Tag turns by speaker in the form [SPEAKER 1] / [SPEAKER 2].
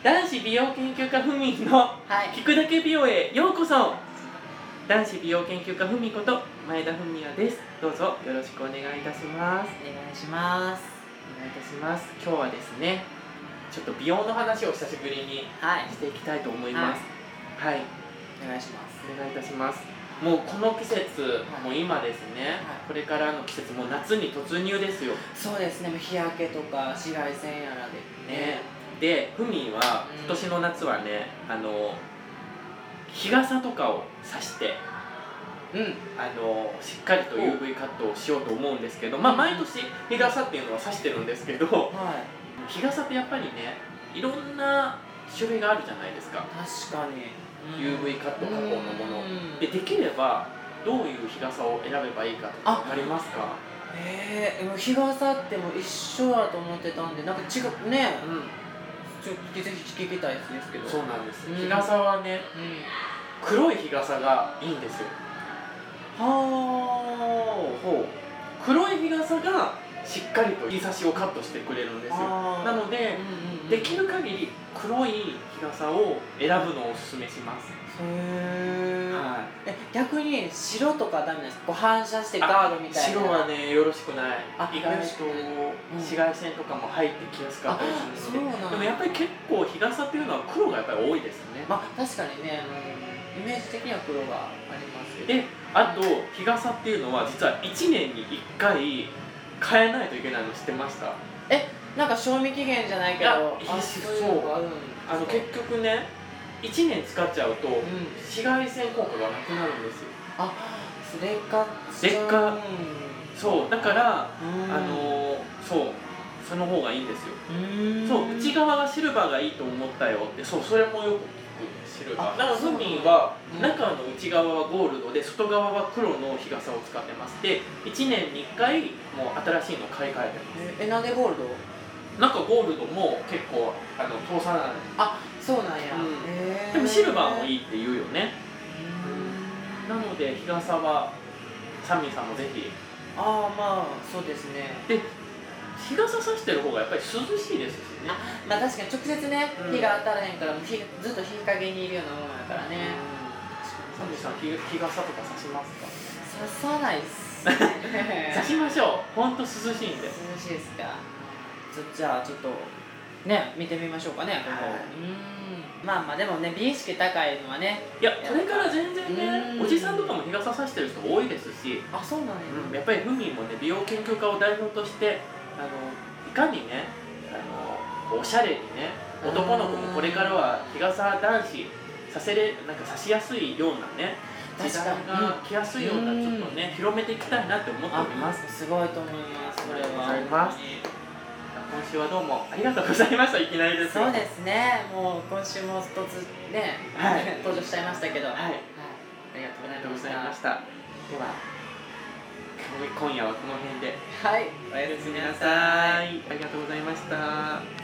[SPEAKER 1] 男子美容研究家ふみの
[SPEAKER 2] はい
[SPEAKER 1] 聞くだけ美容へようこそ男子美容研究家ふみこと前田ふみやですどうぞよろしくお願いいたします
[SPEAKER 2] お願いします
[SPEAKER 1] お願いいたします今日はですねちょっと美容の話を久しぶりに
[SPEAKER 2] はい
[SPEAKER 1] していきたいと思いますはい、
[SPEAKER 2] お願いします
[SPEAKER 1] お願いいたしますもうこの季節もう今ですね、
[SPEAKER 2] はい
[SPEAKER 1] これからの季節もう夏に突入ですよ
[SPEAKER 2] そうですねもう日焼けとか紫外線やらで
[SPEAKER 1] ねでふみんは
[SPEAKER 2] うん
[SPEAKER 1] 今年の夏はね、あの日傘とかをさして
[SPEAKER 2] うん
[SPEAKER 1] あのしっかりと UV カットをしようと思うんですけどまあ毎年日傘っていうのはさしてるんですけど
[SPEAKER 2] はい
[SPEAKER 1] 日傘ってやっぱりねいろんな種類があるじゃないですか
[SPEAKER 2] 確かに、
[SPEAKER 1] UV カット加工のもの
[SPEAKER 2] うん
[SPEAKER 1] でできればどういう日傘を選べばいいかとか
[SPEAKER 2] あ
[SPEAKER 1] 分かりますか
[SPEAKER 2] えー、でも日傘っても一緒だと思ってたんでなんか違うね
[SPEAKER 1] う
[SPEAKER 2] ちょっとぜひ聞きたいですけど
[SPEAKER 1] んそうなんです
[SPEAKER 2] うん
[SPEAKER 1] 日傘はね
[SPEAKER 2] うん
[SPEAKER 1] 黒い日傘がいいんですよ
[SPEAKER 2] は
[SPEAKER 1] ほう黒い日傘がしっかりと日差しをカットしてくれるんですよ
[SPEAKER 2] あ
[SPEAKER 1] なのででき
[SPEAKER 2] る
[SPEAKER 1] る限り黒い日傘を選ぶのをおすすめします、
[SPEAKER 2] へー
[SPEAKER 1] は
[SPEAKER 2] え逆に白とかダメなんですかこう反射してガードみ
[SPEAKER 1] い、
[SPEAKER 2] たいな
[SPEAKER 1] 白はねよろしくない
[SPEAKER 2] あ
[SPEAKER 1] 意外と
[SPEAKER 2] よろしくないうん
[SPEAKER 1] 紫外線とかも入ってきやすかったり
[SPEAKER 2] あ
[SPEAKER 1] す
[SPEAKER 2] そ
[SPEAKER 1] る
[SPEAKER 2] う
[SPEAKER 1] ので、
[SPEAKER 2] なん
[SPEAKER 1] でもやっぱり結構日傘っていうのは黒がやっぱり多いですね、
[SPEAKER 2] まあ確かにね、うん、イメージ的には黒がありますけど
[SPEAKER 1] であと日傘っていうのは実は1年に1回変えないといけないの知ってました
[SPEAKER 2] なんか賞味期限じゃないけど
[SPEAKER 1] いやい
[SPEAKER 2] あ
[SPEAKER 1] いし
[SPEAKER 2] そういうのがあるんです
[SPEAKER 1] あ
[SPEAKER 2] か
[SPEAKER 1] の結局ね1年使っちゃうと
[SPEAKER 2] うん
[SPEAKER 1] 紫外線効果がなくなるんですよ
[SPEAKER 2] あそれか
[SPEAKER 1] 劣化そうだから、
[SPEAKER 2] うん
[SPEAKER 1] あのーそうその方がいいんですよ
[SPEAKER 2] うん
[SPEAKER 1] そう内側がシルバーがいいと思ったよってそうそれもよく聞くシルバー
[SPEAKER 2] あ
[SPEAKER 1] だから
[SPEAKER 2] そう
[SPEAKER 1] フ
[SPEAKER 2] なんだ
[SPEAKER 1] ミンは
[SPEAKER 2] うん
[SPEAKER 1] 中の内側はゴールドで外側は黒の日傘を使ってますで1年に1回もう新しいの買い替えてま
[SPEAKER 2] えなんでゴールド
[SPEAKER 1] すなんかゴールドも結構あの通さない
[SPEAKER 2] そうなんや、
[SPEAKER 1] うん
[SPEAKER 2] へー
[SPEAKER 1] でもシルバーも
[SPEAKER 2] い
[SPEAKER 1] いいって言うよねなので日傘はサミーさんもぜひ
[SPEAKER 2] ああまあそうですね
[SPEAKER 1] 日傘さしてる方がやっぱり涼しいですしね
[SPEAKER 2] まあ確かに直接ね
[SPEAKER 1] うん
[SPEAKER 2] 日が当たらへんからもう日ずっと日陰にいるようなものやからね
[SPEAKER 1] サミーさん日日傘とかさしますか
[SPEAKER 2] 刺さないっす ね
[SPEAKER 1] さしましょうほんと涼しいんで
[SPEAKER 2] 涼しいですかちょじゃあちょっとね見てみましょうかねここ
[SPEAKER 1] は
[SPEAKER 2] うんまあまあでもね美意識高いのはね
[SPEAKER 1] いやこれから全然
[SPEAKER 2] う
[SPEAKER 1] ね
[SPEAKER 2] ん
[SPEAKER 1] おじさんとかも日傘さしてる人多いですし、
[SPEAKER 2] あそうなんや、
[SPEAKER 1] やっぱりフミンもね美容研究家を代表としてあのいかにねあのおしゃれにね男の子もこれからは日傘男子させれなんかさしやすいようなね時
[SPEAKER 2] 確
[SPEAKER 1] 代
[SPEAKER 2] かに
[SPEAKER 1] が来やすいような
[SPEAKER 2] うん
[SPEAKER 1] ちょっとね広めていきたいなって思っております
[SPEAKER 2] すごいと思いますこれは
[SPEAKER 1] ありがとうございます今週はどうもありがとうございましたいきなりですが
[SPEAKER 2] そうですねもう今週も突ね、
[SPEAKER 1] はい
[SPEAKER 2] 登場しちゃいましたけど、
[SPEAKER 1] はい
[SPEAKER 2] ありが
[SPEAKER 1] ありがと
[SPEAKER 2] とうござい
[SPEAKER 1] う
[SPEAKER 2] ま
[SPEAKER 1] ご
[SPEAKER 2] し
[SPEAKER 1] ざ
[SPEAKER 2] た
[SPEAKER 1] いましたでは今夜はこの辺で
[SPEAKER 2] はいお
[SPEAKER 1] お
[SPEAKER 2] や
[SPEAKER 1] や
[SPEAKER 2] す
[SPEAKER 1] す
[SPEAKER 2] み
[SPEAKER 1] み
[SPEAKER 2] な
[SPEAKER 1] な
[SPEAKER 2] さい
[SPEAKER 1] さいありがとうございました